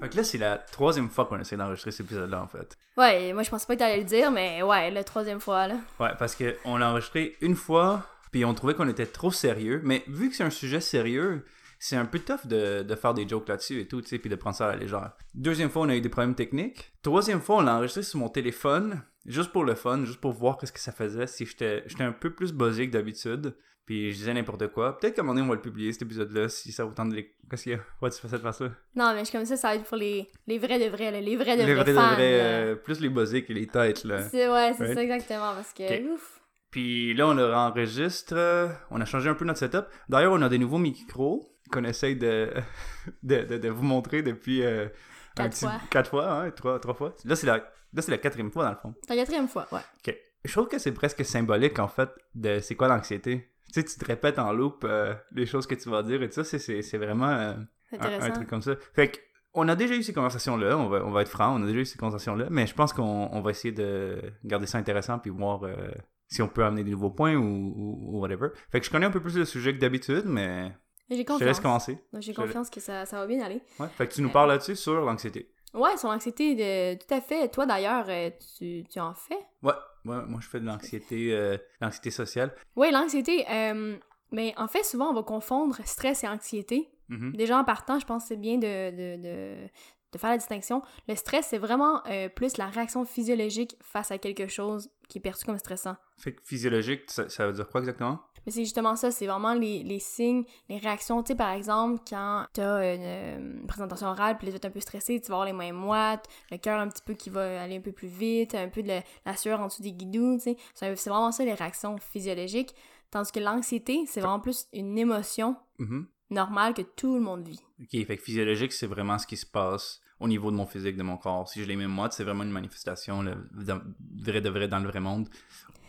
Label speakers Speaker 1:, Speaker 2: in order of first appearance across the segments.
Speaker 1: Fait que là, c'est la troisième fois qu'on essaie d'enregistrer cet épisode-là, en fait.
Speaker 2: Ouais, moi je pensais pas que t'allais le dire, mais ouais, la troisième fois, là.
Speaker 1: Ouais, parce qu'on l'a enregistré une fois, puis on trouvait qu'on était trop sérieux. Mais vu que c'est un sujet sérieux, c'est un peu tough de, de faire des jokes là-dessus et tout, tu sais, puis de prendre ça à la légère. Deuxième fois, on a eu des problèmes techniques. Troisième fois, on l'a enregistré sur mon téléphone, juste pour le fun, juste pour voir qu'est-ce que ça faisait. Si j'étais j'étais un peu plus buzzé que d'habitude, puis je disais n'importe quoi. Peut-être qu'à un moment donné, on va le publier, cet épisode-là, si ça vous tente de... l'é- Qu'est-ce qu'il y a? Ouais, tu fais ça de faire ça?
Speaker 2: Non, mais je suis comme ça, ça va être pour les, les vrais de vrais, là, les vrais de
Speaker 1: les
Speaker 2: vrais,
Speaker 1: vrais, de
Speaker 2: fans.
Speaker 1: vrais,
Speaker 2: là.
Speaker 1: euh, plus les buzzés que les têtes, là.
Speaker 2: C'est, ouais, c'est
Speaker 1: Right.
Speaker 2: ça exactement, parce que,
Speaker 1: Ok.
Speaker 2: ouf.
Speaker 1: Puis là, on le enregistre. euh, On a changé un peu notre setup. D'ailleurs, on a des nouveaux micros qu'on essaye de, de, de- de vous montrer depuis. euh, un
Speaker 2: Quatre fois.
Speaker 1: Quatre fois, hein, trois, trois fois. Là, c'est la, là, c'est la quatrième fois, dans le fond.
Speaker 2: C'est la quatrième fois, ouais.
Speaker 1: OK. Je trouve que c'est presque symbolique, en fait, de c'est quoi l'anxiété. Tu sais, tu te répètes en loop euh, les choses que tu vas dire et tout ça. C'est, c'est, c'est vraiment euh,
Speaker 2: C'est
Speaker 1: un, un
Speaker 2: intéressant.
Speaker 1: truc comme ça. Fait que. On a déjà eu ces conversations-là, on va, on va être franc, on a déjà eu ces conversations-là, mais je pense qu'on on va essayer de garder ça intéressant puis voir euh, si on peut amener des nouveaux points ou, ou- ou whatever. Fait que je connais un peu plus le sujet que d'habitude, mais
Speaker 2: J'ai
Speaker 1: je te laisse
Speaker 2: confiance.
Speaker 1: commencer.
Speaker 2: Donc, J'ai
Speaker 1: Je te la-
Speaker 2: confiance que ça, ça va bien aller.
Speaker 1: Ouais. Fait que tu nous parles là-dessus sur l'anxiété.
Speaker 2: Ouais, son anxiété, de... tout à fait. Toi d'ailleurs, euh, tu, tu en fais?
Speaker 1: Ouais, ouais, moi je fais de l'anxiété, euh, l'anxiété sociale.
Speaker 2: Ouais, l'anxiété, euh, mais en fait, souvent on va confondre stress et anxiété.
Speaker 1: Mhm.
Speaker 2: Déjà en partant, je pense que c'est bien de, de, de- de faire la distinction. Le stress, c'est vraiment euh, plus la réaction physiologique face à quelque chose qui est perçu comme stressant.
Speaker 1: Fait que physiologique, ça, ça veut dire quoi exactement?
Speaker 2: Mais c'est justement ça, c'est vraiment les, les signes, les réactions. Tu sais, par exemple, quand t'as une, euh, une présentation orale, puis les autres un peu stressés, tu vas avoir les mains moites, le cœur un petit peu qui va aller un peu plus vite, un peu de la, la sueur en dessous des guidous, tu sais. C'est c'est vraiment ça, les réactions physiologiques. Tandis que l'anxiété, c'est vraiment plus une émotion
Speaker 1: Mhm.
Speaker 2: normale que tout le monde vit.
Speaker 1: Ok, fait que physiologique, c'est vraiment ce qui se passe au niveau de mon physique, de mon corps. Si je les mets moi, c'est vraiment une manifestation, le, dans- vrai de vrai, dans le vrai monde.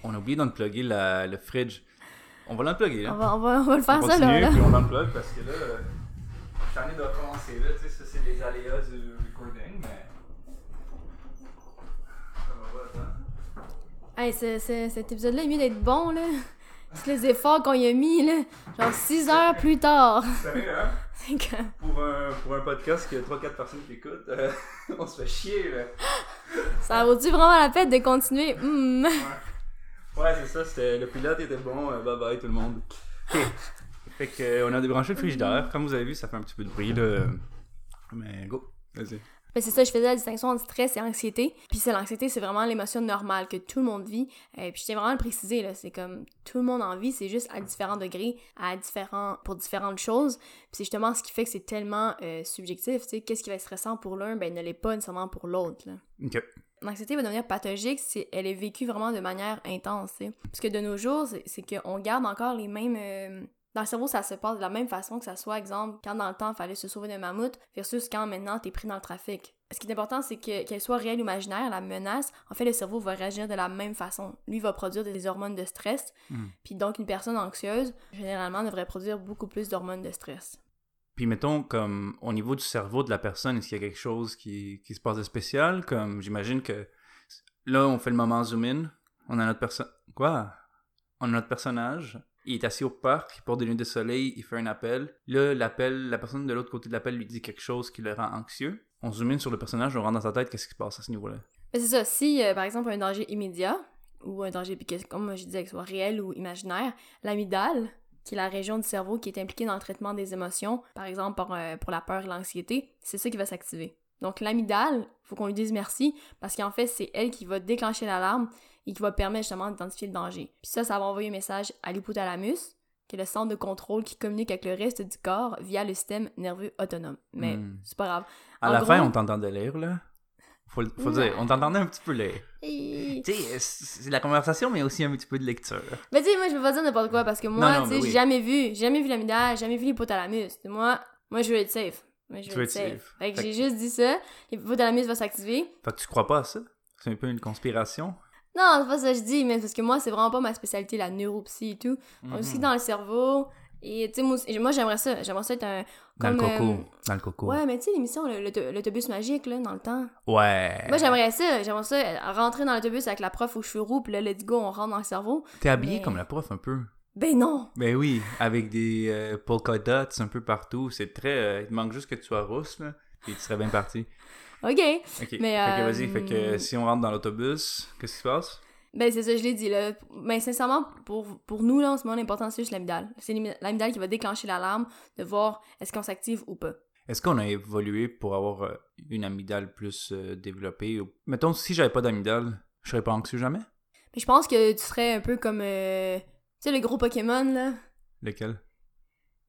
Speaker 1: On a oublié d'unplugger la, le fridge. On va l'unplugger, là.
Speaker 2: On va, on va, on va le
Speaker 1: On
Speaker 2: faire ça,
Speaker 1: continue,
Speaker 2: là. là.
Speaker 1: puis on l'unplug, parce que là, euh, ça en est de recommencer, là, tu sais, ça, c'est les aléas du recording, mais... Ça va pas, ça.
Speaker 2: Hey, ce- ce- cet épisode-là est mieux d'être bon, là. Tous les efforts qu'on y a mis, là. Genre 6 heures plus tard.
Speaker 1: Sérieux, hein?
Speaker 2: C'est comme-
Speaker 1: Pour un, pour un podcast que 3-4 personnes qui écoutent, euh, on se fait chier, là.
Speaker 2: Ça vaut-tu vraiment la peine de continuer? Hmm.
Speaker 1: Ouais, c'est ça, c'était le pilote était bon, euh, bye bye tout le monde. Ok. fait que euh, on a débranché le frigidaire, comme vous avez vu, ça fait un petit peu de bruit là. Mais go, vas-y.
Speaker 2: Ben, c'est ça, je faisais la distinction entre stress et anxiété. Puis c'est l'anxiété, c'est vraiment l'émotion normale que tout le monde vit. et puis je tiens vraiment à le préciser, là, c'est comme tout le monde en vit, c'est juste à différents degrés, à différents, pour différentes choses. Puis c'est justement ce qui fait que c'est tellement euh, subjectif, tu sais, qu'est-ce qui va être stressant pour l'un, ben ne l'est pas nécessairement pour l'autre. là.
Speaker 1: Ok.
Speaker 2: L'anxiété va devenir pathologique si elle est vécue vraiment de manière intense. tu sais. Parce que de nos jours, c'est- c'est qu'on garde encore les mêmes. euh, Dans le cerveau, ça se passe de la même façon que ça soit, exemple, quand dans le temps, il fallait se sauver d'un mammouth versus quand maintenant, t'es pris dans le trafic. Ce qui est important, c'est que- qu'elle soit réelle ou imaginaire, la menace, en fait, le cerveau va réagir de la même façon. Lui va produire des hormones de stress.
Speaker 1: Mm.
Speaker 2: Puis donc, une personne anxieuse, généralement, devrait produire beaucoup plus d'hormones de stress.
Speaker 1: Puis mettons comme au niveau du cerveau de la personne, est-ce qu'il y a quelque chose qui, qui se passe de spécial Comme j'imagine que là on fait le moment zoom in, on a notre personne. Quoi On a notre personnage. Il est assis au parc, il porte des lunettes de soleil, il fait un appel. Là, l'appel, la personne de l'autre côté de l'appel lui dit quelque chose qui le rend anxieux. On zoom in sur le personnage, on rentre dans sa tête, qu'est-ce qui se passe à ce niveau-là
Speaker 2: Mais c'est ça, si euh, par exemple un danger immédiat, ou un danger, puis que, comme je disais, que ce soit réel ou imaginaire, l'amygdale, qui est la région du cerveau qui est impliquée dans le traitement des émotions, par exemple pour, euh, pour la peur et l'anxiété, c'est ça qui va s'activer. Donc l'amygdale, faut qu'on lui dise merci, parce qu'en fait, c'est elle qui va déclencher l'alarme et qui va permettre justement d'identifier le danger. Puis ça, ça va envoyer un message à l'hypothalamus, qui est le centre de contrôle qui communique avec le reste du corps via le système nerveux autonome. Mais
Speaker 1: Hmm.
Speaker 2: c'est pas grave.
Speaker 1: À
Speaker 2: En
Speaker 1: la
Speaker 2: gros-
Speaker 1: fin, on t'entendait lire, là. Faut, le- faut
Speaker 2: Ouais.
Speaker 1: dire, on t'entendait un petit peu lire.
Speaker 2: Et-
Speaker 1: Tu sais, c'est c'est de la conversation, mais aussi un petit peu de lecture.
Speaker 2: Mais tu sais, moi, je veux pas dire n'importe quoi parce que
Speaker 1: Non,
Speaker 2: moi,
Speaker 1: non,
Speaker 2: tu sais,
Speaker 1: mais
Speaker 2: j'ai
Speaker 1: oui.
Speaker 2: jamais vu, j'ai jamais vu l'amidale, j'ai jamais vu l'hypothalamus. Moi, moi, je veux être safe. Moi, je
Speaker 1: Tu
Speaker 2: veux être safe. Fait que j'ai
Speaker 1: Fait
Speaker 2: juste dit ça, l'hypothalamus va s'activer.
Speaker 1: Fait que tu crois pas à ça? C'est un peu une conspiration?
Speaker 2: Non, c'est pas ça que je dis, mais parce que moi, c'est vraiment pas ma spécialité, la neuropsie et tout. On
Speaker 1: Mhm.
Speaker 2: est Mm-hmm. Aussi dans le cerveau. Et tu sais, moi, aussi- moi, j'aimerais ça. J'aimerais ça être un.
Speaker 1: Dans le
Speaker 2: comme,
Speaker 1: coco.
Speaker 2: euh,
Speaker 1: Dans le coco.
Speaker 2: Ouais, mais tu sais, l'émission, le- l'auto- l'autobus magique, là, dans le temps.
Speaker 1: Ouais.
Speaker 2: Moi, j'aimerais ça. J'aimerais ça euh, rentrer dans l'autobus avec la prof aux cheveux roux, puis là, let's go, on rentre dans le cerveau.
Speaker 1: T'es habillé
Speaker 2: mais-
Speaker 1: comme la prof un peu.
Speaker 2: Ben non!
Speaker 1: Ben oui, avec des euh, polka dots un peu partout. C'est très. euh, il te manque juste que tu sois rousse, là. Et tu serais bien parti.
Speaker 2: OK.
Speaker 1: Ok.
Speaker 2: Mais,
Speaker 1: fait que
Speaker 2: euh,
Speaker 1: vas-y, fait que si on rentre dans l'autobus, qu'est-ce qui se passe?
Speaker 2: Ben, c'est ça, je l'ai dit, là. Ben, sincèrement, pour, pour nous, là, en ce moment, l'important, c'est juste l'amidale. C'est l'ami- l'amidale qui va déclencher l'alarme de voir est-ce qu'on s'active ou pas.
Speaker 1: Est-ce qu'on a évolué pour avoir euh, une amygdale plus euh, développée? ou- Mettons, si j'avais pas d'amygdale, je serais pas anxieux jamais?
Speaker 2: Mais je pense que tu serais un peu comme. euh, Tu sais, le gros Pokémon, là.
Speaker 1: Lequel?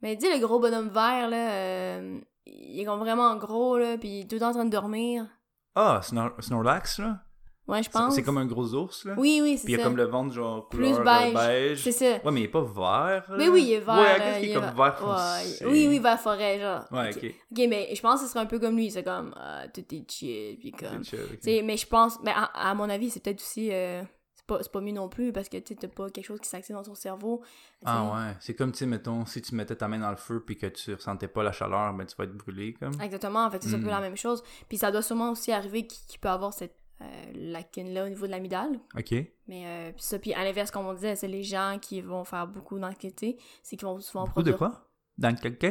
Speaker 2: Mais dis, le gros bonhomme vert, là. euh, Il est comme vraiment gros, là, puis il est tout le temps en train de dormir.
Speaker 1: Ah, Snor- Snorlax, là?
Speaker 2: Ouais, je
Speaker 1: C'est-
Speaker 2: pense.
Speaker 1: C'est comme un gros ours, là?
Speaker 2: Oui, oui,
Speaker 1: Puis
Speaker 2: c'est
Speaker 1: il y a
Speaker 2: ça.
Speaker 1: comme le ventre, genre,
Speaker 2: Plus
Speaker 1: couleur euh,
Speaker 2: beige.
Speaker 1: beige.
Speaker 2: C'est ça.
Speaker 1: Ouais, mais il est pas vert.
Speaker 2: Mais
Speaker 1: là.
Speaker 2: oui, il est vert.
Speaker 1: Ouais,
Speaker 2: là,
Speaker 1: qu'est-ce qu'il est comme
Speaker 2: va-
Speaker 1: vert
Speaker 2: Ouais,
Speaker 1: foncé?
Speaker 2: Oui, oui, vert forêt, genre.
Speaker 1: Ouais,
Speaker 2: ok.
Speaker 1: ok.
Speaker 2: Ok, mais je pense que ce serait un peu comme lui, c'est comme, ah, tout est chill, puis comme.
Speaker 1: C'est chill, ok.
Speaker 2: Tu sais, mais je pense, mais à, à mon avis, c'est peut-être aussi. euh, c'est pas, c'est pas mieux non plus parce que tu sais, t'as pas quelque chose qui s'active dans ton cerveau.
Speaker 1: Ah ouais, c'est comme, tu sais, mettons, si tu mettais ta main dans le feu puis que tu ressentais pas la chaleur, ben tu vas être brûlé, comme.
Speaker 2: Exactement, en fait, c'est un
Speaker 1: Mm.
Speaker 2: peu la même chose. Puis ça doit sûrement aussi arriver qu'il qu'il peut avoir cette euh, lacune-là au niveau de l'amidale.
Speaker 1: Ok.
Speaker 2: Mais euh, puis ça, puis à l'inverse, comme on disait, c'est les gens qui vont faire beaucoup d'anxiété, c'est qu'ils vont souvent
Speaker 1: Beaucoup de quoi? Dans quelqu'un?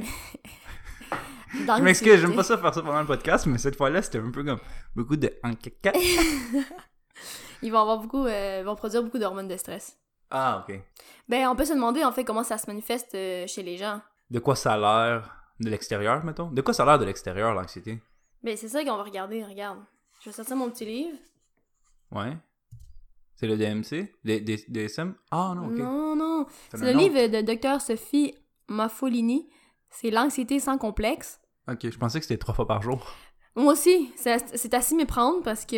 Speaker 2: d'anxiété.
Speaker 1: Je m'excuse, j'aime pas ça faire ça pendant le podcast, mais cette fois-là, c'était un peu comme beaucoup de en caca.
Speaker 2: Ils vont avoir beaucoup, euh, vont produire beaucoup d'hormones de stress.
Speaker 1: Ah, ok.
Speaker 2: Ben, on peut se demander en fait comment ça se manifeste euh, chez les gens.
Speaker 1: De quoi ça a l'air de l'extérieur, mettons? De quoi ça a l'air de l'extérieur, l'anxiété?
Speaker 2: Ben, c'est ça qu'on va regarder, regarde. Je vais sortir mon petit livre.
Speaker 1: Ouais. C'est le DMC? D- D- DSM? Ah, non, ok.
Speaker 2: Non, non.
Speaker 1: T'en as
Speaker 2: C'est
Speaker 1: un
Speaker 2: le livre de Dr. Sophie Maffolini. C'est L'anxiété sans complexe.
Speaker 1: autre? Ok, je pensais que c'était trois fois par jour.
Speaker 2: Moi aussi, ça- c'est à s'y méprendre parce que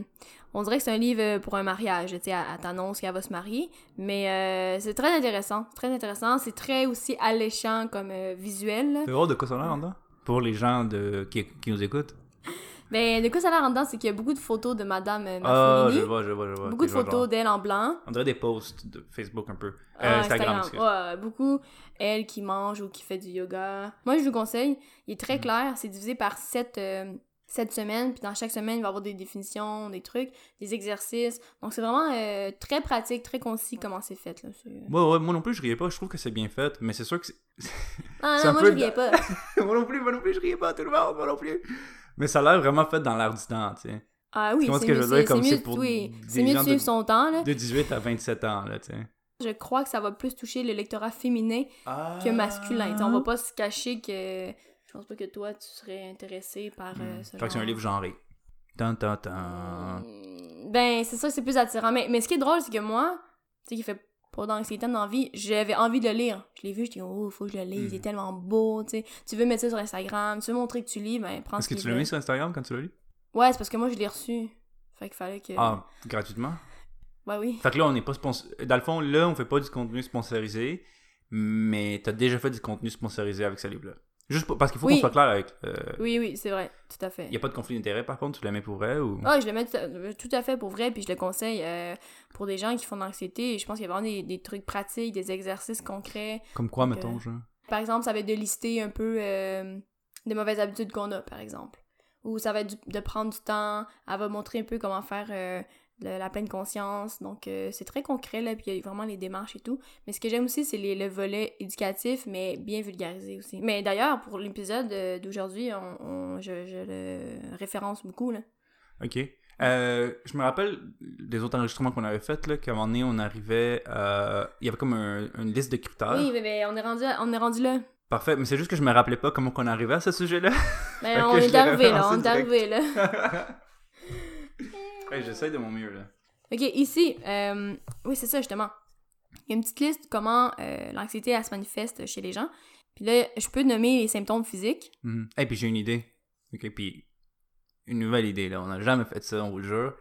Speaker 2: euh, on dirait que c'est un livre pour un mariage. Tu sais, elle, elle t'annonce qu'elle va se marier. Mais euh, c'est très intéressant. Très intéressant. C'est très aussi alléchant comme euh, visuel. là.
Speaker 1: C'est drôle de quoi ça a l'air, en dedans? Pour les gens de... qui, qui nous écoutent.
Speaker 2: Mais Ben, de quoi ça a l'air en dedans, c'est qu'il y a beaucoup de photos de Madame euh,
Speaker 1: Ah, je
Speaker 2: Maffolini.
Speaker 1: vois, je vois, je vois.
Speaker 2: beaucoup de
Speaker 1: Je vois, je
Speaker 2: photos d'elle en blanc.
Speaker 1: On dirait des posts de Facebook un peu. Euh,
Speaker 2: Ah,
Speaker 1: Instagram, excuse.
Speaker 2: Ouais, beaucoup. Elle qui mange ou qui fait du yoga. Moi, je vous conseille. Il est très
Speaker 1: Mm.
Speaker 2: clair. C'est divisé par sept, euh, sept semaines. Puis dans chaque semaine, il va y avoir des définitions, des trucs, des exercices. Donc, c'est vraiment euh, très pratique, très concis comment c'est fait. Là. C'est- euh.
Speaker 1: Ouais, ouais, moi non plus, je riais pas. Je trouve que c'est bien fait, mais c'est sûr que c'est-
Speaker 2: Ah
Speaker 1: C'est un
Speaker 2: non, moi,
Speaker 1: peu
Speaker 2: je riais pas.
Speaker 1: moi non plus, moi non plus, je riais pas. Tout le monde, moi non plus. Mais ça a l'air vraiment fait dans l'air du temps, tu sais.
Speaker 2: Ah oui,
Speaker 1: Tu vois ce
Speaker 2: c'est
Speaker 1: que je
Speaker 2: mieux,
Speaker 1: veux dire,
Speaker 2: c'est- c'est
Speaker 1: comme c'est
Speaker 2: mieux,
Speaker 1: pour
Speaker 2: oui.
Speaker 1: des
Speaker 2: C'est mieux de
Speaker 1: gens de-
Speaker 2: suivre son temps. Là.
Speaker 1: De 18 à 27 ans, là, tu sais.
Speaker 2: Je crois que ça va plus toucher le lectorat féminin
Speaker 1: Ah.
Speaker 2: que masculin. Tu sais, on va pas se cacher que... Je pense pas que toi, tu serais intéressé par euh,
Speaker 1: Hmm.
Speaker 2: ce
Speaker 1: Fait que c'est un
Speaker 2: genre.
Speaker 1: livre genré. Tan, tan, tan.
Speaker 2: Mm, Ben, c'est ça, c'est plus attirant. Mais, mais ce qui est drôle, c'est que moi, tu sais, qui fait pas d'anxiété d'envie, j'avais envie de le lire. Je l'ai vu, j'étais comme, oh, faut que je le lise,
Speaker 1: Hmm.
Speaker 2: il est tellement beau, tu sais. Tu veux mettre ça sur Instagram, tu veux montrer que tu lis, ben, prends
Speaker 1: Est-ce
Speaker 2: ce
Speaker 1: que tu l'as mis sur Instagram quand tu l'as lu?
Speaker 2: Ouais, c'est parce que moi, je l'ai reçu. Fait qu'il fallait que.
Speaker 1: Ah, gratuitement?
Speaker 2: Ouais, oui.
Speaker 1: Fait que là, on n'est pas sponsor... Dans le fond, là, on fait pas du contenu sponsorisé, mais t'as déjà fait du contenu sponsorisé avec ce livre-là. Juste pour- parce qu'il faut
Speaker 2: Oui.
Speaker 1: qu'on soit clair avec...
Speaker 2: Oui, oui, c'est vrai, tout à fait.
Speaker 1: Il n'y a pas de conflit d'intérêt, par contre, tu l'aimais pour vrai ou...
Speaker 2: Ah, je le mets tout à, tout à fait pour vrai, puis je le conseille euh, pour des gens qui font de l'anxiété. Je pense qu'il y a vraiment des, des trucs pratiques, des exercices concrets.
Speaker 1: Comme quoi,
Speaker 2: Donc,
Speaker 1: mettons,
Speaker 2: euh,
Speaker 1: genre?
Speaker 2: Par exemple, ça va être de lister un peu euh, des mauvaises habitudes qu'on a, par exemple. Ou ça va être du- de prendre du temps. Elle va montrer un peu comment faire euh, le- la pleine conscience. Donc, euh, c'est très concret, là, puis il y a vraiment les démarches et tout. Mais ce que j'aime aussi, c'est les- le volet éducatif, mais bien vulgarisé aussi. Mais d'ailleurs, pour l'épisode euh, d'aujourd'hui, on, on- je, je le référence beaucoup, là.
Speaker 1: Ok. Euh, je me rappelle des autres enregistrements qu'on avait faits, là, qu'à un moment donné, on arrivait... euh, Il y avait comme un- une liste de critères.
Speaker 2: Oui, mais, mais on, est rendu, à- on est rendu là.
Speaker 1: Parfait, mais c'est juste que je me rappelais pas comment qu'on arrivait à ce sujet-là.
Speaker 2: Mais
Speaker 1: Fait que
Speaker 2: Ben, on
Speaker 1: je
Speaker 2: est
Speaker 1: l'ai
Speaker 2: arrivé, là.
Speaker 1: référencé
Speaker 2: On est arrivé, là.
Speaker 1: Hey, J'essaie de mon mieux, là.
Speaker 2: Ok, ici, euh, oui, c'est ça justement. Il y a une petite liste de comment euh, l'anxiété elle se manifeste chez les gens. Puis là, je peux nommer les symptômes physiques.
Speaker 1: Mhm. Hey, puis j'ai une idée. Ok, puis une nouvelle idée, là. On n'a jamais fait ça, on vous le jure.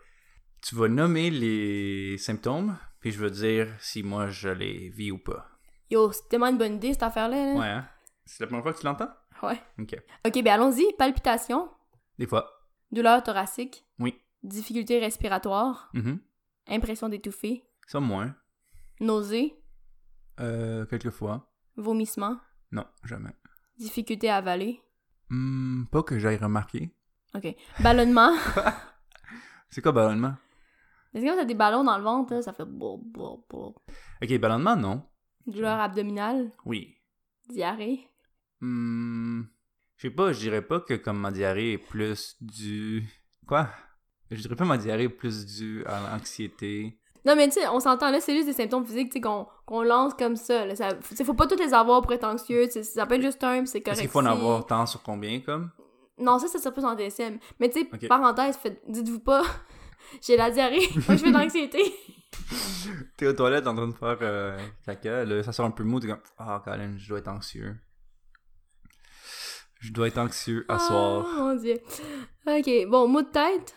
Speaker 1: Tu vas nommer les symptômes, puis je veux dire si moi je les vis ou pas.
Speaker 2: Yo, c'est tellement une bonne idée cette affaire-là. là.
Speaker 1: Ouais, hein? C'est la première fois que tu l'entends?
Speaker 2: Ouais.
Speaker 1: Ok.
Speaker 2: Ok, ben allons-y. Palpitations,
Speaker 1: Des fois.
Speaker 2: douleurs thoraciques,
Speaker 1: Oui.
Speaker 2: difficultés respiratoires,
Speaker 1: Mhm.
Speaker 2: impression d'étouffer,
Speaker 1: Ça, moins.
Speaker 2: nausée,
Speaker 1: Euh, quelquefois.
Speaker 2: vomissement,
Speaker 1: Non, jamais.
Speaker 2: difficulté à avaler,
Speaker 1: Hmm, pas que j'aille remarquer.
Speaker 2: ok, ballonnement.
Speaker 1: C'est quoi ballonnement?
Speaker 2: Est-ce que quand t'as des ballons dans le ventre, là, ça fait boum, boum, boum.
Speaker 1: Ok, ballonnement, non.
Speaker 2: Douleur abdominale,
Speaker 1: Oui.
Speaker 2: diarrhée.
Speaker 1: Hmm, je sais pas, je dirais pas que comme ma diarrhée est plus du... Quoi? Je dirais pas ma diarrhée est plus due à l'anxiété.
Speaker 2: Non, mais tu sais, on s'entend, là, c'est juste des symptômes physiques, tu sais, qu'on qu'on lance comme ça. Là, ça tu sais, faut pas tous les avoir pour être anxieux, tu sais, ça peut être juste un, puis c'est correct.
Speaker 1: Est-ce qu'il faut en
Speaker 2: si-
Speaker 1: avoir tant sur combien, comme?
Speaker 2: Non, ça, ça sera plus en DSM. Mais tu sais,
Speaker 1: Ok.
Speaker 2: parenthèse, faites- dites-vous pas, j'ai la diarrhée, moi, je fais de l'anxiété.
Speaker 1: T'es aux toilettes en train de faire euh, caca, là, ça sort un peu mou, t'es comme « Ah, quand même, je dois être anxieux. Je dois être anxieux à soir.
Speaker 2: Oh mon dieu. Ok, bon, mot de tête,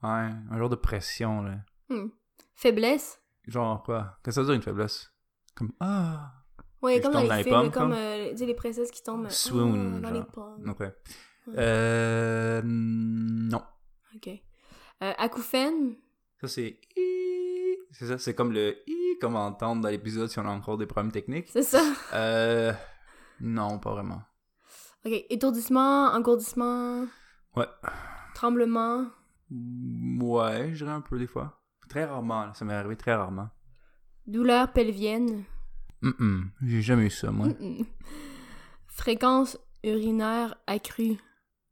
Speaker 1: Ouais, un genre de pression, là.
Speaker 2: faiblesse.
Speaker 1: Genre quoi? Qu'est-ce que ça veut dire, une faiblesse? Comme « Ah!
Speaker 2: Ouais,
Speaker 1: Que
Speaker 2: comme
Speaker 1: je
Speaker 2: dans
Speaker 1: tombe
Speaker 2: les
Speaker 1: dans les
Speaker 2: films,
Speaker 1: pommes,
Speaker 2: comme
Speaker 1: comme?
Speaker 2: euh, tu sais, les princesses qui tombent euh,
Speaker 1: Swoon,
Speaker 2: ah, dans les
Speaker 1: genre.
Speaker 2: pommes.
Speaker 1: Ok. Euh... Non.
Speaker 2: Ok. Euh, acouphène,
Speaker 1: Ça, c'est... i. C'est ça, c'est comme le « i » comme on entend dans l'épisode si on a encore des problèmes techniques.
Speaker 2: c'est ça.
Speaker 1: Euh... Non, pas vraiment.
Speaker 2: Ok, étourdissement, engourdissement,
Speaker 1: Ouais.
Speaker 2: tremblement.
Speaker 1: Ouais, je dirais un peu des fois. Très rarement, là, ça m'est arrivé très rarement.
Speaker 2: Douleur pelvienne.
Speaker 1: Mm-mm, j'ai jamais eu ça, moi.
Speaker 2: Mm-mm. Fréquence urinaire accrue.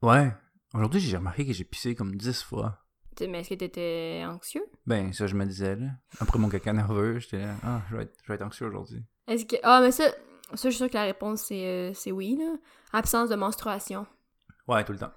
Speaker 1: Ouais. Aujourd'hui, j'ai remarqué que j'ai pissé comme 10 fois.
Speaker 2: Tu sais, Mais est-ce que t'étais anxieux?
Speaker 1: Ben, ça, je me disais, là. Après mon caca nerveux, j'étais là, ah, je vais être, je vais être anxieux aujourd'hui.
Speaker 2: Est-ce que. Ah, mais ça, ça, je suis sûre que la réponse, c'est euh, c'est oui, là. Absence de menstruation.
Speaker 1: Ouais, tout le temps.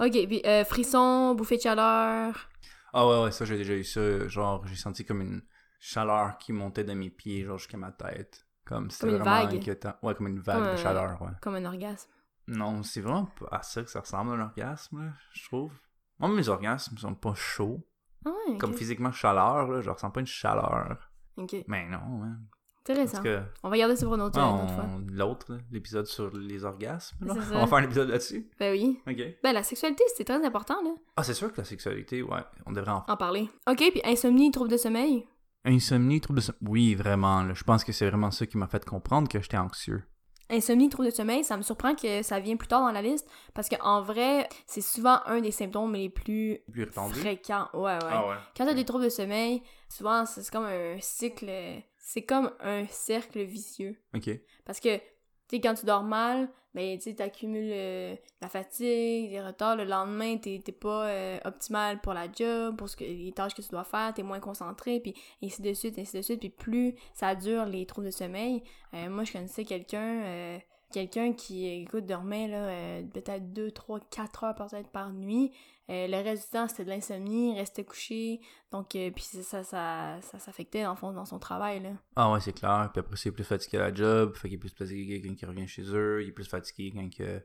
Speaker 2: Ok, puis euh, frisson, bouffée de chaleur.
Speaker 1: Ah ouais, ouais, ça, j'ai déjà eu ça. Genre, j'ai senti comme une chaleur qui montait de mes pieds, genre, jusqu'à ma tête. Comme, c'était
Speaker 2: Comme une
Speaker 1: vraiment
Speaker 2: vague.
Speaker 1: inquiétant. Ouais, comme une vague
Speaker 2: Comme un-
Speaker 1: de chaleur, ouais.
Speaker 2: Comme un orgasme.
Speaker 1: Non, c'est vraiment pas à ça que ça ressemble, un orgasme, là, je trouve. Moi, mes orgasmes sont pas chauds.
Speaker 2: Ah ouais, ok.
Speaker 1: Comme physiquement chaleur, là, je ressens pas une chaleur.
Speaker 2: Ok,
Speaker 1: Mais non, hein.
Speaker 2: intéressant.
Speaker 1: Parce que
Speaker 2: On va garder ça pour une autre,
Speaker 1: ah,
Speaker 2: une autre fois.
Speaker 1: on- l'autre, là, l'épisode sur les orgasmes, là.
Speaker 2: C'est ça.
Speaker 1: on va faire un épisode là-dessus.
Speaker 2: Ben oui.
Speaker 1: Ok.
Speaker 2: Ben la sexualité, c'est très important, là.
Speaker 1: Ah, c'est sûr que la sexualité, ouais, on devrait en faire.
Speaker 2: En parler. Ok, puis insomnie, trouble de sommeil.
Speaker 1: Insomnie, trouble de sommeil. Oui, vraiment, là, je pense que c'est vraiment ça qui m'a fait comprendre que j'étais anxieux.
Speaker 2: Insomnie, trouble de sommeil, ça me surprend que ça vienne plus tard dans la liste parce que en vrai, c'est souvent un des symptômes les plus
Speaker 1: Plus répandu.
Speaker 2: fréquents. Ouais, ouais.
Speaker 1: Ah ouais.
Speaker 2: Quand t'as des troubles de sommeil, souvent c'est c'est comme un cycle, c'est comme un cercle vicieux
Speaker 1: Ok.
Speaker 2: parce que tu sais quand tu dors mal, ben tu sais t'accumules euh, la fatigue, des retards, le lendemain t'es t'es pas euh, optimal pour la job, pour ce que, les tâches que tu dois faire, t'es moins concentré, puis ainsi de suite, ainsi de suite, puis plus ça dure les troubles de sommeil. Euh, moi je connaissais quelqu'un euh, quelqu'un qui écoute dormait là euh, peut-être 2 3 4 heures peut-être par nuit Euh, le reste du temps c'était de l'insomnie il restait couché donc euh, puis ça ça ça, ça s'affectait dans le fond dans son travail là
Speaker 1: Ah ouais, c'est clair. Puis après, c'est plus fatigué à la job. Fait qu'il est plus fatigué quand il revient chez eux. Il est plus fatigué quand que.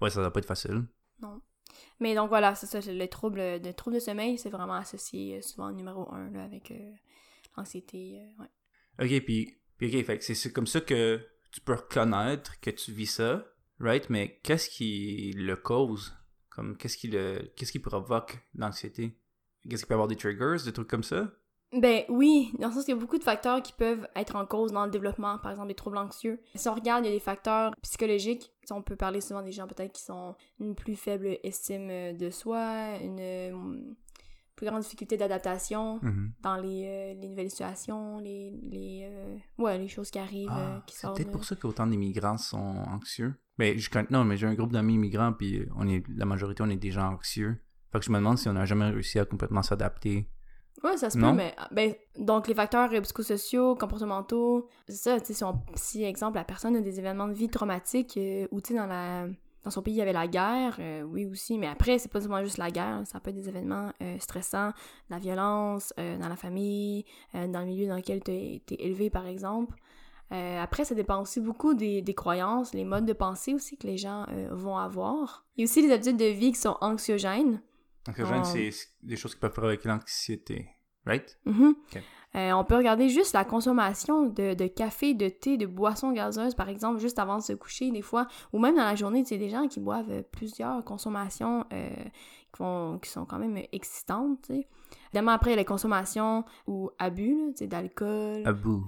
Speaker 1: Ouais, ça doit pas être facile.
Speaker 2: mais donc voilà c'est ça le trouble euh, le trouble de sommeil c'est vraiment associé euh, souvent au numéro 1 là avec euh, l'anxiété euh, ouais.
Speaker 1: Ok, puis, puis ok, fait que c'est- c'est comme ça que tu peux reconnaître que tu vis ça, right? Mais qu'est-ce qui le cause? Comme qu'est-ce qui le, qu'est-ce qui provoque l'anxiété? Qu'est-ce qui peut avoir des triggers, des trucs comme ça?
Speaker 2: Ben oui, dans le sens qu'il y a beaucoup de facteurs qui peuvent être en cause dans le développement, par exemple des troubles anxieux. Si on regarde, il y a des facteurs psychologiques. Tu sais, On peut parler souvent des gens peut-être qui sont une plus faible estime euh, de soi, une euh, plus grande difficulté d'adaptation
Speaker 1: Hmm. Mm-hmm.
Speaker 2: dans les, euh, les nouvelles situations, les, les, euh, ouais, les choses qui arrivent, euh,
Speaker 1: Ah,
Speaker 2: qui
Speaker 1: c'est
Speaker 2: sortent.
Speaker 1: peut-être
Speaker 2: euh.
Speaker 1: pour ça qu'autant d'immigrants sont anxieux. Mais je connais, non, mais j'ai un groupe d'amis immigrants, puis on est, la majorité, on est des gens anxieux. Fait que je me demande si on n'a jamais réussi à complètement s'adapter.
Speaker 2: Ouais, ça se
Speaker 1: Non?
Speaker 2: peut, mais ben, donc les facteurs euh, psychosociaux, comportementaux, c'est ça, tu sais, si, on- si, exemple, la personne a des événements de vie traumatiques euh, ou, tu sais, dans, la- dans son pays, il y avait la guerre, euh, oui aussi, mais après, c'est pas seulement juste la guerre, ça peut être des événements euh, stressants, de la violence, euh, dans la famille, euh, dans le milieu dans lequel t'es t'es élevé, par exemple. Euh, après, ça dépend aussi beaucoup des, des croyances, les modes de pensée aussi que les gens euh, vont avoir. Il y a aussi les habitudes de vie qui sont anxiogènes.
Speaker 1: Donc, Eugène,
Speaker 2: Ah.
Speaker 1: c'est c'est des choses qui peuvent provoquer l'anxiété. right?
Speaker 2: Mhm.
Speaker 1: Ok.
Speaker 2: Euh, on peut regarder juste la consommation de, de café, de thé, de boissons gazeuses, par exemple, juste avant de se coucher, des fois, ou même dans la journée, tu sais, des gens qui boivent euh, plusieurs consommations euh, qui, vont- qui sont quand même euh, excitantes, tu sais. Évidemment, après, les consommations ou abus, là, tu sais, d'alcool.
Speaker 1: À bout.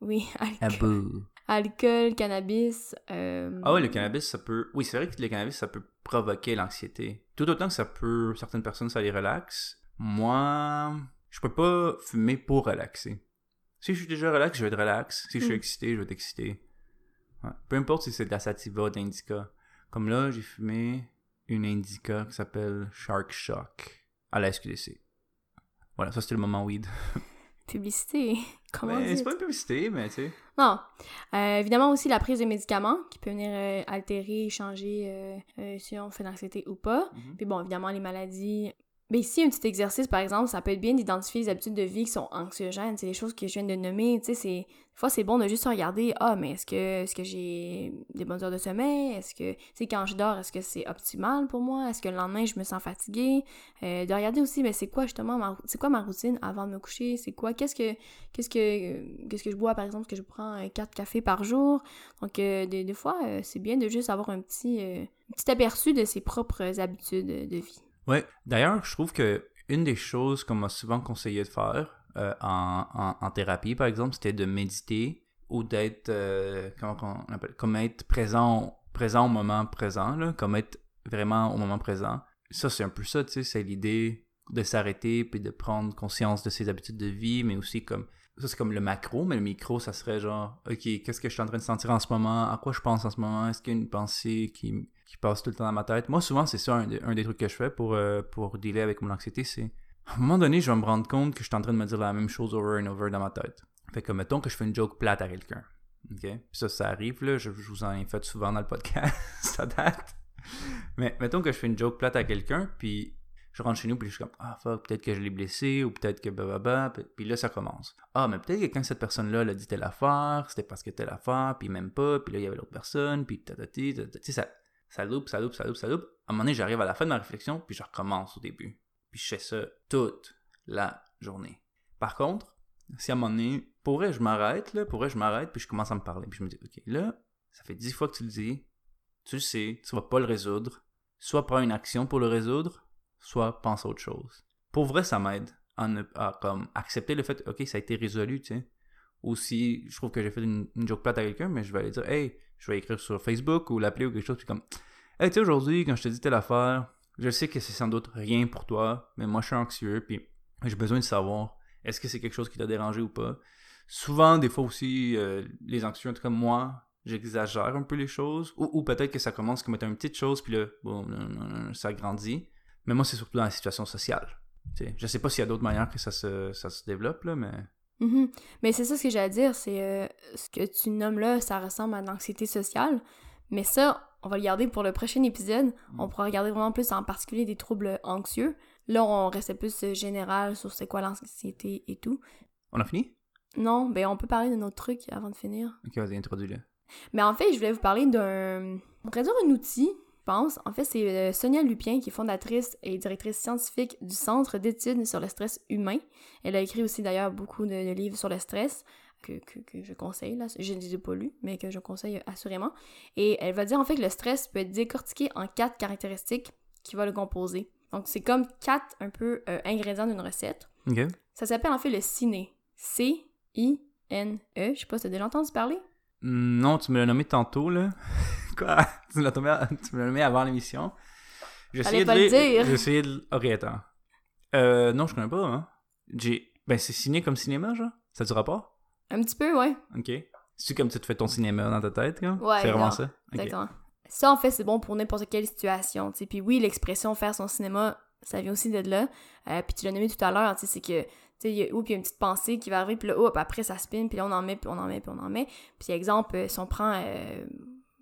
Speaker 2: Oui,
Speaker 1: À
Speaker 2: alcool,
Speaker 1: bout.
Speaker 2: alcool, cannabis. euh,
Speaker 1: Ah ouais, le cannabis, ça peut. Oui, c'est vrai que le cannabis, ça peut provoquer l'anxiété. Tout autant que ça peut. Certaines personnes, ça les relaxe. Moi, je peux pas fumer pour relaxer. Si je suis déjà relax, je vais être relax. Si je suis
Speaker 2: Mm.
Speaker 1: excité, je vais être excité. Ouais. Peu importe si c'est de la sativa, d'indica. Comme là, j'ai fumé une indica qui s'appelle Shark Shock à la SQDC. Voilà, ça c'était le moment weed.
Speaker 2: Publicité. Comment
Speaker 1: Mais
Speaker 2: dire?
Speaker 1: Ben, c'est pas une publicité, mais tu sais.
Speaker 2: Non. Euh, évidemment aussi la prise de médicaments qui peut venir euh, altérer, changer euh, euh, si on fait de l'anxiété ou pas.
Speaker 1: Mhm.
Speaker 2: Puis bon, évidemment les maladies. Mais ici, un petit exercice, par exemple, ça peut être bien d'identifier les habitudes de vie qui sont anxiogènes. C'est les choses que je viens de nommer. Tu sais, c'est... Des fois, c'est bon de juste regarder. Ah, mais est-ce que, est-ce que j'ai des bonnes heures de sommeil? Est-ce que, tu sais, quand je dors, est-ce que c'est optimal pour moi? Est-ce que le lendemain, je me sens fatiguée? Euh, de regarder aussi, mais c'est quoi justement ma, c'est quoi ma routine avant de me coucher? C'est quoi? Qu'est-ce que, qu'est-ce que euh, qu'est-ce que je bois par exemple que je prends euh, quatre cafés par jour donc euh, des, des fois euh, c'est bien de juste avoir un petit euh, un petit aperçu de ses propres habitudes euh, de vie
Speaker 1: Ouais. D'ailleurs, je trouve que une des choses qu'on m'a souvent conseillé de faire euh, en, en- en thérapie, par exemple, c'était de méditer ou d'être euh, comment qu'on- on appelle- comme être présent présent au moment présent, là, comme être vraiment au moment présent. Ça, c'est un peu ça, tu sais, c'est l'idée de s'arrêter puis de prendre conscience de ses habitudes de vie, mais aussi comme ça c'est comme le macro, mais le micro, ça serait genre, ok, qu'est-ce que je suis en train de sentir en ce moment, à quoi je pense en ce moment, est-ce qu'il y a une pensée qui, qui passe tout le temps dans ma tête. Moi, souvent, c'est ça, un, des- un des trucs que je fais pour, euh, pour dealer avec mon anxiété, c'est, à un moment donné, je vais me rendre compte que je suis en train de me dire la même chose over and over dans ma tête. Fait que, mettons que je fais une joke plate à quelqu'un, ok? Puis ça, ça arrive, là, je, je vous en ai fait souvent dans le podcast, ça date. Mais mettons que je fais une joke plate à quelqu'un, puis je rentre chez nous, puis je suis comme, ah fuck, peut-être que je l'ai blessé, ou peut-être que bababa, puis- puis là, ça commence. Ah, mais peut-être que quand cette personne-là l'a dit telle affaire, c'était parce que telle affaire, puis même pas, puis là, il y avait l'autre personne, puis tatati, tatati. tu sais, ça, ça loupe, ça loupe, ça loupe, ça loupe. À un moment donné, j'arrive à la fin de ma réflexion, puis je recommence au début. Puis je fais ça toute la journée. Par contre, si à un moment donné, pourrais je m'arrête, là, pourrais je m'arrête, puis je commence à me parler, puis je me dis, ok, là, ça fait dix fois que tu le dis, tu le sais, tu vas pas le résoudre, soit prends une action pour le résoudre, soit pense à autre chose. Pour vrai, ça m'aide à, ne- à, comme, accepter le fait, ok, ça a été résolu, tu sais. Ou si je trouve que j'ai fait une, une joke plate à quelqu'un, mais je vais aller dire, hey, je vais écrire sur Facebook ou l'appeler ou quelque chose, puis comme, hey, tu sais, aujourd'hui, quand je te dis telle affaire, je sais que c'est sans doute rien pour toi, mais moi, je suis anxieux, puis j'ai besoin de savoir, est-ce que c'est quelque chose qui t'a dérangé ou pas. Souvent, des fois aussi, euh, les anxieux, en tout cas, moi, j'exagère un peu les choses, ou, ou peut-être que ça commence comme étant une petite chose, puis là, bon, ça grandit. Mais moi, c'est surtout dans la situation sociale. Tu sais, je sais pas s'il y a d'autres manières que ça se, ça se développe, là, mais...
Speaker 2: Mhm. mais c'est ça ce que j'ai à dire c'est euh, ce que tu nommes là ça ressemble à de l'anxiété sociale mais ça on va le garder pour le prochain épisode on pourra regarder vraiment plus en particulier des troubles anxieux là on restait plus euh, général sur c'est quoi l'anxiété et tout
Speaker 1: On a fini?
Speaker 2: non ben on peut parler de notre truc avant de finir
Speaker 1: Ok, vas-y, introduis-le.
Speaker 2: Mais en fait, je voulais vous parler d'un. On pourrait dire un outil, je pense. En fait, c'est euh, Sonia Lupien, qui est fondatrice et directrice scientifique du Centre d'études sur le stress humain. Elle a écrit aussi d'ailleurs beaucoup de, de livres sur le stress. Que, que- que je conseille, là. Je ne les ai pas lus, mais que je conseille assurément. Et elle va dire en fait que le stress peut être décortiqué en quatre caractéristiques qui vont le composer. Donc, c'est comme quatre un peu euh, ingrédients d'une recette.
Speaker 1: Ok.
Speaker 2: Ça s'appelle en fait le CINE. C-I-N-E. E. Je sais pas si t'as déjà entendu parler.
Speaker 1: Hmm, Non, tu me l'as nommé tantôt, là. Quoi? Tu me l'as nommé, tu me l'as nommé avant l'émission. J'essayais
Speaker 2: Fallait pas le dire.
Speaker 1: J'essayais de... Ok, attends. Euh, non, je connais pas, hein. J'ai... Ben, c'est signé comme cinéma, genre? Ça a du rapport?
Speaker 2: Un petit peu, ouais.
Speaker 1: Ok. C'est-tu comme tu te fais ton cinéma dans ta tête, comme?
Speaker 2: Ouais,
Speaker 1: C'est vraiment
Speaker 2: non.
Speaker 1: ça? Ok.
Speaker 2: Exactement. Ça, en fait, c'est bon pour n'importe quelle situation. tu sais. Puis oui, l'expression faire son cinéma, ça vient aussi de là. Euh, puis tu l'as nommé tout à l'heure, tu sais, c'est que, tu sais, il y a- oups, il y a une petite pensée qui va arriver, puis là, hop, après, ça spin, puis là, on en met, puis on en met, puis on en met. Puis exemple, euh, si on prend euh,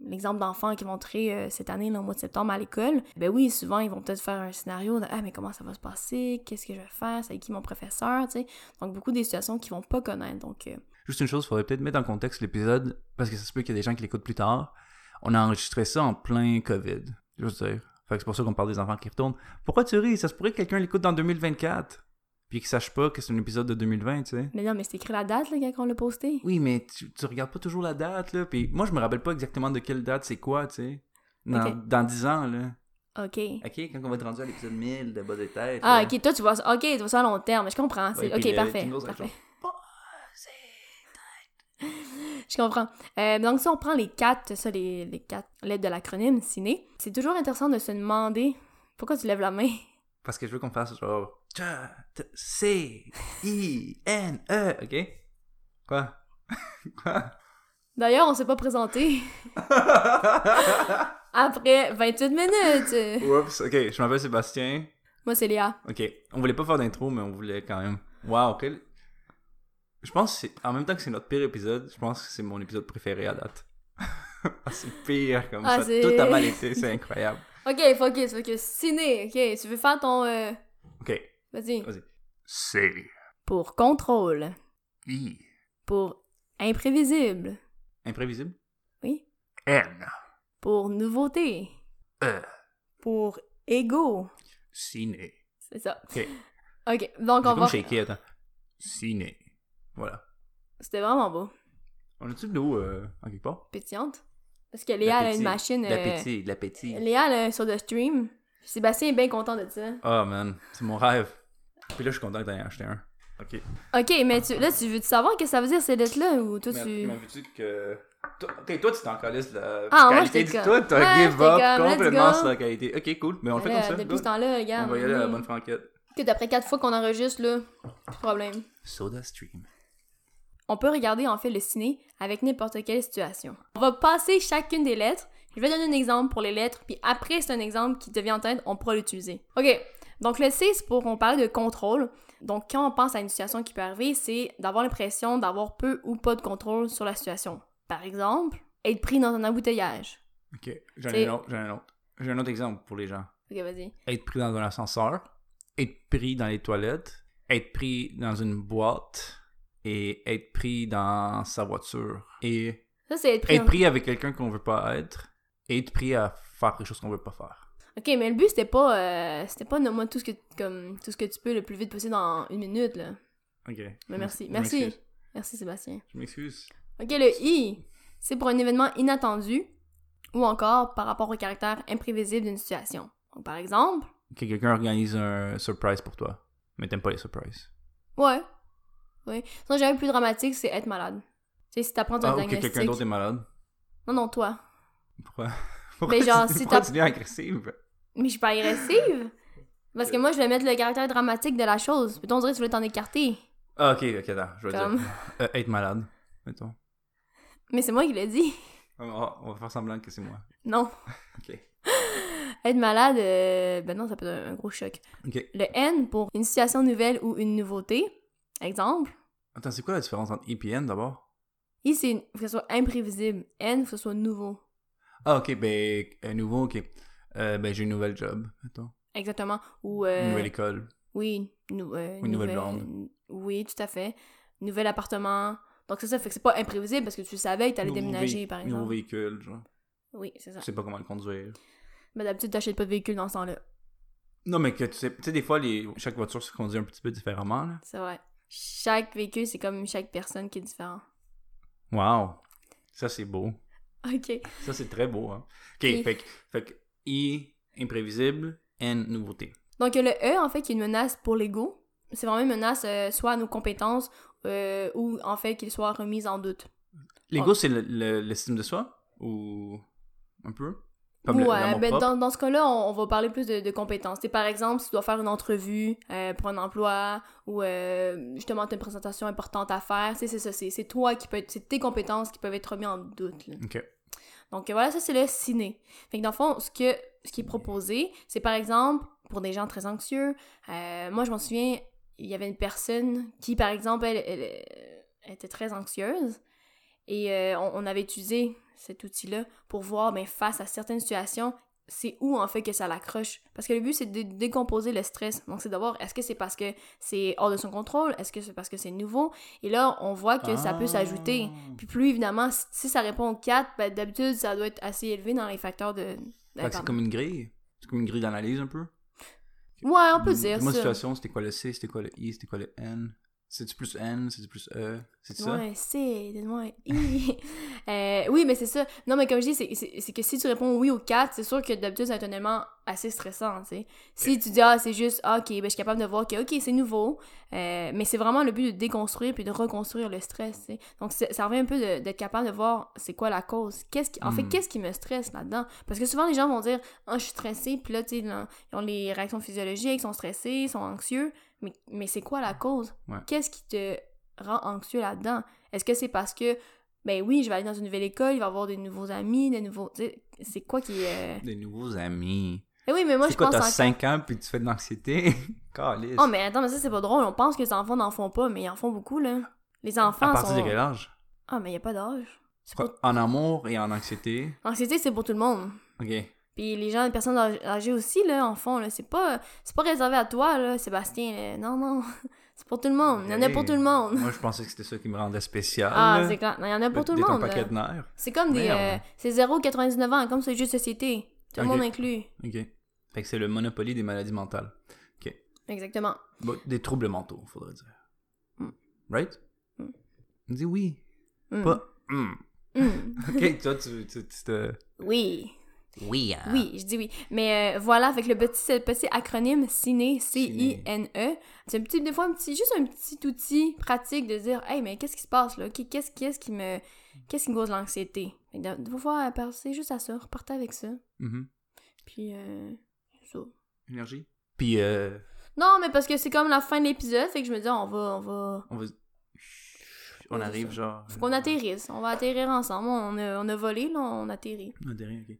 Speaker 2: l'exemple d'enfants qui vont entrer euh, cette année, là, au mois de septembre, à l'école, ben oui, souvent, ils vont peut-être faire un scénario de « Ah, mais comment ça va se passer? Qu'est-ce que je vais faire? C'est qui mon professeur? » tu sais. Donc, beaucoup des situations qu'ils vont pas connaître. Donc, euh,
Speaker 1: Juste une chose, il faudrait peut-être mettre en contexte l'épisode, parce que ça se peut qu'il y a des gens qui l'écoutent plus tard. On a enregistré ça en plein COVID. Je veux dire. Fait que c'est pour ça qu'on parle des enfants qui retournent. Pourquoi tu ris? Ça se pourrait que quelqu'un l'écoute dans 2024. puis qu'ils sachent pas que c'est un épisode de 2020, tu sais.
Speaker 2: Mais non, mais c'est écrit la date, là, quand on l'a posté.
Speaker 1: Oui, mais tu, tu regardes pas toujours la date, là. Puis moi, je me rappelle pas exactement de quelle date c'est quoi, tu sais. Dans,
Speaker 2: Ok.
Speaker 1: dans 10 ans, là.
Speaker 2: OK.
Speaker 1: OK, quand on va être rendu à l'épisode 1000 de Bas des Têtes.
Speaker 2: Ah,
Speaker 1: là.
Speaker 2: OK, toi, tu vois ça. OK, tu vois ça à long terme. Je comprends.
Speaker 1: Ouais,
Speaker 2: c'est-
Speaker 1: puis
Speaker 2: OK,
Speaker 1: le
Speaker 2: parfait.
Speaker 1: jingle, ça va être
Speaker 2: parfait.
Speaker 1: genre,
Speaker 2: Je comprends. Euh, donc, si on prend les quatre, ça, les, les quatre lettres de l'acronyme ciné, c'est toujours intéressant de se demander pourquoi tu lèves la main.
Speaker 1: Parce que je veux qu'on fasse genre C-I-N-E, e, ok? Quoi? Quoi?
Speaker 2: D'ailleurs, on s'est pas présenté après 28 minutes.
Speaker 1: Oups, ok, je m'appelle Sébastien.
Speaker 2: Moi, c'est Léa.
Speaker 1: Ok, on voulait pas faire d'intro, mais on voulait quand même. Wow, quel. Je pense que c'est- en même temps que c'est notre pire épisode, je pense que c'est mon épisode préféré à date. ah, c'est pire comme
Speaker 2: Ah,
Speaker 1: ça.
Speaker 2: c'est-
Speaker 1: Tout a mal été, c'est incroyable.
Speaker 2: OK, focus, focus. Ciné, OK, tu veux faire ton... euh,
Speaker 1: Ok,
Speaker 2: Vas-y.
Speaker 1: Vas-y. C.
Speaker 2: Pour contrôle.
Speaker 1: I.
Speaker 2: Pour imprévisible.
Speaker 1: Imprévisible?
Speaker 2: Oui.
Speaker 1: N.
Speaker 2: Pour nouveauté.
Speaker 1: E.
Speaker 2: Pour ego.
Speaker 1: Ciné.
Speaker 2: C'est ça.
Speaker 1: Ok.
Speaker 2: OK, donc
Speaker 1: J'ai
Speaker 2: on
Speaker 1: comme
Speaker 2: va...
Speaker 1: shaké, attends. Ciné. Voilà.
Speaker 2: C'était vraiment beau.
Speaker 1: On a-tu de l'eau euh, en quelque part?
Speaker 2: Pétillante. Parce que Léa, elle a
Speaker 1: L'appétit.
Speaker 2: une machine... euh,
Speaker 1: L'appétit, l'appétit.
Speaker 2: Léa, elle a sur le stream. Sébastien est bien content de ça.
Speaker 1: Oh man, c'est mon rêve. Puis là, je suis content que t'en aies acheté un. Ok.
Speaker 2: OK, mais tu, là, tu veux -tu savoir qu'est-ce que ça veut dire, ces lettres-là, ou toi, tu...
Speaker 1: vu que. Toi- Ok, toi, tu t'en calisses de la
Speaker 2: Ah, moi,
Speaker 1: qualité
Speaker 2: j'étais
Speaker 1: du
Speaker 2: comme-
Speaker 1: tout. T'as
Speaker 2: Ouais,
Speaker 1: give
Speaker 2: j'étais
Speaker 1: up
Speaker 2: comme, let's
Speaker 1: complètement
Speaker 2: go.
Speaker 1: sur la qualité. Ok, cool. Mais on le fait
Speaker 2: Là,
Speaker 1: comme ça.
Speaker 2: depuis
Speaker 1: good.
Speaker 2: ce temps-là, regarde.
Speaker 1: on va y aller à la
Speaker 2: hmm.
Speaker 1: bonne franquette.
Speaker 2: Que d'après quatre fois qu'on enregistre, là, pas de problème.
Speaker 1: Soda Stream.
Speaker 2: On peut regarder en fait le ciné avec n'importe quelle situation. On va passer chacune des lettres. Je vais donner un exemple pour les lettres, puis après, c'est un exemple qui te vient en tête, on pourra l'utiliser. OK. Donc, le C, c'est pour on parle de contrôle. Donc, quand on pense à une situation qui peut arriver, c'est d'avoir l'impression d'avoir peu ou pas de contrôle sur la situation. Par exemple, être pris dans un embouteillage.
Speaker 1: Ok, j'en ai
Speaker 2: C'est-
Speaker 1: un autre. J'en ai un autre. J'ai un autre exemple pour les gens.
Speaker 2: OK, vas-y.
Speaker 1: Être pris dans un ascenseur, être pris dans les toilettes, être pris dans une boîte et être pris dans sa voiture. Et
Speaker 2: Ça, c'est être pris.
Speaker 1: Être
Speaker 2: dans-
Speaker 1: pris avec quelqu'un qu'on veut pas être et être pris à faire quelque chose qu'on veut pas faire.
Speaker 2: OK, mais le but, c'était pas, euh, c'était pas nomme-moi tout, ce que- comme, tout ce que tu peux le plus vite possible dans une minute, là.
Speaker 1: Ok.
Speaker 2: Mais Ben, merci.
Speaker 1: Je
Speaker 2: Merci.
Speaker 1: m'excuse.
Speaker 2: Merci, Sébastien.
Speaker 1: Je m'excuse.
Speaker 2: Ok, le I, c'est pour un événement inattendu ou encore par rapport au caractère imprévisible d'une situation. Donc, par exemple,
Speaker 1: Que quelqu'un organise un surprise pour toi. Mais t'aimes pas les surprises.
Speaker 2: ouais. Oui. Sinon, j'avais plus dramatique, c'est être malade. Tu sais, si t'apprends ton
Speaker 1: Ah, ou que
Speaker 2: diagnostic.
Speaker 1: quelqu'un d'autre est malade.
Speaker 2: Non, non, toi.
Speaker 1: Pourquoi?
Speaker 2: Mais genre,
Speaker 1: tu-
Speaker 2: si
Speaker 1: pourquoi
Speaker 2: t'as-
Speaker 1: tu deviens agressive?
Speaker 2: Mais je suis pas agressive. Parce que moi, je vais mettre le caractère dramatique de la chose. Peut-on dire que tu voulais t'en écarter?
Speaker 1: Ah, ok, ok, attends, je vais
Speaker 2: Comme.
Speaker 1: dire. Euh, être malade, mettons.
Speaker 2: Mais c'est moi qui l'ai dit.
Speaker 1: Ah, on- on va faire semblant que c'est moi.
Speaker 2: Non.
Speaker 1: Ok.
Speaker 2: Être malade, euh, ben non, ça peut être un gros choc.
Speaker 1: Ok.
Speaker 2: Le N pour une situation nouvelle ou une nouveauté. Exemple.
Speaker 1: Attends, c'est quoi la différence entre EPN d'abord?
Speaker 2: I, c'est une- faut que ce soit imprévisible. N, faut que ce soit nouveau.
Speaker 1: Ah, ok, ben, à nouveau, ok. Euh, ben, j'ai une nouvelle job, mettons.
Speaker 2: Exactement. Ou, euh,
Speaker 1: Une nouvelle école.
Speaker 2: oui, nou- euh,
Speaker 1: Ou une nouvelle blonde.
Speaker 2: Oui, tout à fait. Nouvel appartement. Donc, c'est ça, fait que c'est pas imprévisible parce que tu savais que t'allais
Speaker 1: Nouveau
Speaker 2: déménager,
Speaker 1: vé-
Speaker 2: par
Speaker 1: Nouveau
Speaker 2: exemple.
Speaker 1: véhicule, genre.
Speaker 2: Oui, c'est ça.
Speaker 1: Tu sais pas comment le conduire.
Speaker 2: Mais d'habitude, t'achètes pas de véhicule dans ce temps-là.
Speaker 1: Non, mais que tu sais, tu sais, des fois, les... chaque voiture se conduit un petit peu différemment. Là.
Speaker 2: C'est vrai. Chaque véhicule, c'est comme chaque personne qui est différente.
Speaker 1: Wow! Ça, c'est beau.
Speaker 2: OK.
Speaker 1: Ça, c'est très beau. Hein? OK,
Speaker 2: Oui.
Speaker 1: fait, que- fait que I, imprévisible, N, nouveauté.
Speaker 2: Donc, le E, en fait, qui est une menace pour l'ego. C'est vraiment une menace euh, soit à nos compétences euh, ou, en fait, qu'il soit remis en doute. Oh.
Speaker 1: L'ego, c'est le- le- l'estime de soi? Ou un peu? le-
Speaker 2: ouais,
Speaker 1: l'amour
Speaker 2: ben
Speaker 1: propre?
Speaker 2: dans, dans ce cas-là, on, on va parler plus de, de compétences. C'est par exemple, si tu dois faire une entrevue euh, pour un emploi ou euh, justement tu as une présentation importante à faire, c'est c'est ça, c'est c'est toi qui peux être, c'est tes compétences qui peuvent être remises en doute. là.
Speaker 1: OK.
Speaker 2: Donc euh, voilà, ça c'est le ciné. Fait que dans le fond, ce, que, ce qui est proposé, c'est par exemple pour des gens très anxieux. euh, moi, je m'en souviens, il y avait une personne qui, par exemple, elle, elle, euh, elle était très anxieuse et euh, on, on avait utilisé cet outil-là pour voir, mais face à certaines situations, c'est où en fait que ça l'accroche. Parce que le but, c'est de décomposer le stress. Donc, c'est d'avoir, est-ce que c'est parce que c'est hors de son contrôle? Est-ce que c'est parce que c'est nouveau? Et là, on voit que ça peut s'ajouter.
Speaker 1: Ah.
Speaker 2: Puis plus, évidemment, si- si ça répond aux 4, ben, d'habitude, ça doit être assez élevé dans les facteurs de...
Speaker 1: Fait que c'est comme une grille. C'est comme une grille d'analyse, un peu. OK,
Speaker 2: Ouais, on peut dire
Speaker 1: Moi,
Speaker 2: ça.
Speaker 1: situation, c'était quoi le C, c'était quoi le I, c'était quoi le N C'est-tu plus N, c'est-tu plus E C'est-tu ça
Speaker 2: Donne-moi un C, donne-moi un I. Euh, oui, mais c'est ça. Non, mais comme je dis, c'est- c'est c'est que si tu réponds oui ou 4, c'est sûr que d'habitude, c'est un élément assez stressant, tu sais. Si tu dis, ah, c'est juste, ah, ok, ben, je suis capable de voir que, ok, c'est nouveau, euh, mais c'est vraiment le but de déconstruire puis de reconstruire le stress, tu sais. Donc, c'est- ça revient un peu de- d'être capable de voir c'est quoi la cause. Qu'est-ce qui, en fait,
Speaker 1: Hmm.
Speaker 2: qu'est-ce qui me stresse là-dedans? Parce que souvent, les gens vont dire, ah, je suis stressé, puis là, tu sais, là, ils ont les réactions physiologiques, ils sont stressés, ils sont anxieux, mais, mais c'est quoi la cause?
Speaker 1: Ouais.
Speaker 2: Qu'est-ce qui te rend anxieux là-dedans? Est-ce que c'est parce que, ben oui, je vais aller dans une nouvelle école, il va y avoir des nouveaux amis, des nouveaux. tu sais, C'est quoi qui est.
Speaker 1: Des nouveaux amis.
Speaker 2: Eh oui, mais moi,
Speaker 1: c'est
Speaker 2: je
Speaker 1: quoi,
Speaker 2: pense
Speaker 1: t'as
Speaker 2: en-
Speaker 1: 5 ans puis tu fais de l'anxiété Calice.
Speaker 2: Oh, mais attends, mais ça, c'est pas drôle. On pense que les enfants n'en font pas, mais ils en font beaucoup, là. Les enfants
Speaker 1: À partir de
Speaker 2: sont.
Speaker 1: quel âge
Speaker 2: Ah, mais il n'y a pas d'âge. C'est pas...
Speaker 1: En amour et en anxiété.
Speaker 2: L'anxiété, c'est pour tout le monde.
Speaker 1: Ok.
Speaker 2: Puis les gens, les personnes âg- âgées aussi, là, en font, là. C'est pas... c'est pas réservé à toi, là, Sébastien. là. Non, non. C'est pour tout le monde. Il y en a
Speaker 1: Hey.
Speaker 2: pour tout le monde.
Speaker 1: Moi, je pensais que c'était ça qui me rendait spécial.
Speaker 2: Ah,
Speaker 1: Ben là.
Speaker 2: c'est clair. Non, Il y en a pour
Speaker 1: De-
Speaker 2: tout
Speaker 1: de
Speaker 2: le
Speaker 1: ton
Speaker 2: monde.
Speaker 1: paquet
Speaker 2: là.
Speaker 1: de nerfs.
Speaker 2: C'est comme des.
Speaker 1: Merde.
Speaker 2: euh, c'est 0,99 ans, comme c'est juste société. Tout le
Speaker 1: Ok.
Speaker 2: monde inclus.
Speaker 1: Ok. Fait que c'est le monopoly des maladies mentales.
Speaker 2: Exactement.
Speaker 1: Bon, des troubles mentaux, faudrait dire.
Speaker 2: Mm.
Speaker 1: Right
Speaker 2: Mm.
Speaker 1: Dis oui.
Speaker 2: Mm.
Speaker 1: Pas. Mm.
Speaker 2: Mm.
Speaker 1: Ok, toi, tu, tu, tu te.
Speaker 2: Oui.
Speaker 1: Oui, hein.
Speaker 2: Oui, je dis oui. Mais euh, voilà, fait que le petit, ce petit acronyme CINE, C-I-N-E, c'est un petit, des fois, un petit, juste un petit outil pratique de dire, hey, mais qu'est-ce qui se passe là? Qu'est- Qu'est-ce qu'est-ce qui me, qu'est-ce qui me cause l'anxiété? Fait que De, de pouvoir penser euh, juste à ça, repartir avec ça.
Speaker 1: Mhm.
Speaker 2: Puis, euh, c'est ça.
Speaker 1: Énergie. Puis, euh,
Speaker 2: Non, mais parce que c'est comme la fin de l'épisode, fait que je me dis, on va, on va,
Speaker 1: on va. On
Speaker 2: c'est
Speaker 1: arrive,
Speaker 2: ça.
Speaker 1: genre. euh,
Speaker 2: faut qu'on atterrisse. On va atterrir ensemble. On a, on a volé, là, on atterrit.
Speaker 1: Ah, derrière, ok.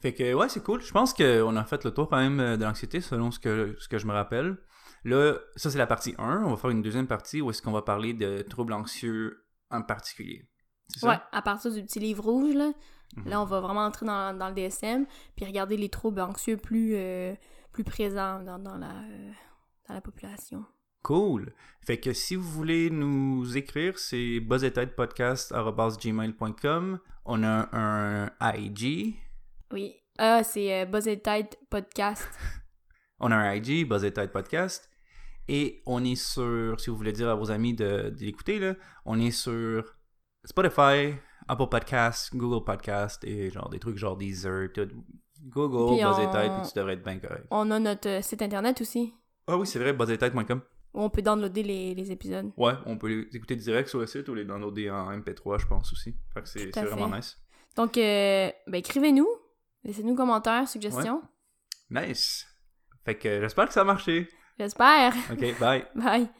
Speaker 1: Fait que, ouais, c'est cool. Je pense qu'on a fait le tour quand même euh, de l'anxiété, selon ce que, ce que je me rappelle. Là, ça, c'est la partie 1. On va faire une deuxième partie où est-ce qu'on va parler de troubles anxieux en particulier. C'est ça?
Speaker 2: Ouais, à partir du petit livre rouge, là,
Speaker 1: Mhm.
Speaker 2: là on va vraiment entrer dans, dans le DSM, puis regarder les troubles anxieux plus, euh, plus présents dans, dans la, euh, dans la population.
Speaker 1: Cool. Fait que si vous voulez nous écrire, c'est buzzetidepodcast.gmail.com. On a un IG.
Speaker 2: Oui. Ah, c'est euh, Buzz et Tête Podcast.
Speaker 1: On a un IG, Buzzetide Podcast. Et on est sur, si vous voulez dire à vos amis de, de l'écouter, là, on est sur Spotify, Apple Podcast, Google Podcast et genre des trucs genre Deezer, pis tout. Google,
Speaker 2: Puis on-
Speaker 1: Buzzetide, puis tu devrais être bien correct.
Speaker 2: On a notre euh, site internet aussi,
Speaker 1: Ah oui, c'est vrai, buzzetide.com.
Speaker 2: où on peut downloader les, les épisodes.
Speaker 1: Ouais, on peut les écouter direct sur le site ou les downloader en MP3, je pense aussi. Fait que c'est
Speaker 2: Tout à
Speaker 1: c'est vraiment
Speaker 2: fait.
Speaker 1: nice.
Speaker 2: Donc, euh, ben, écrivez-nous, laissez-nous commentaires, suggestions.
Speaker 1: Nice. Fait que j'espère que ça a marché.
Speaker 2: J'espère.
Speaker 1: OK, bye.
Speaker 2: Bye.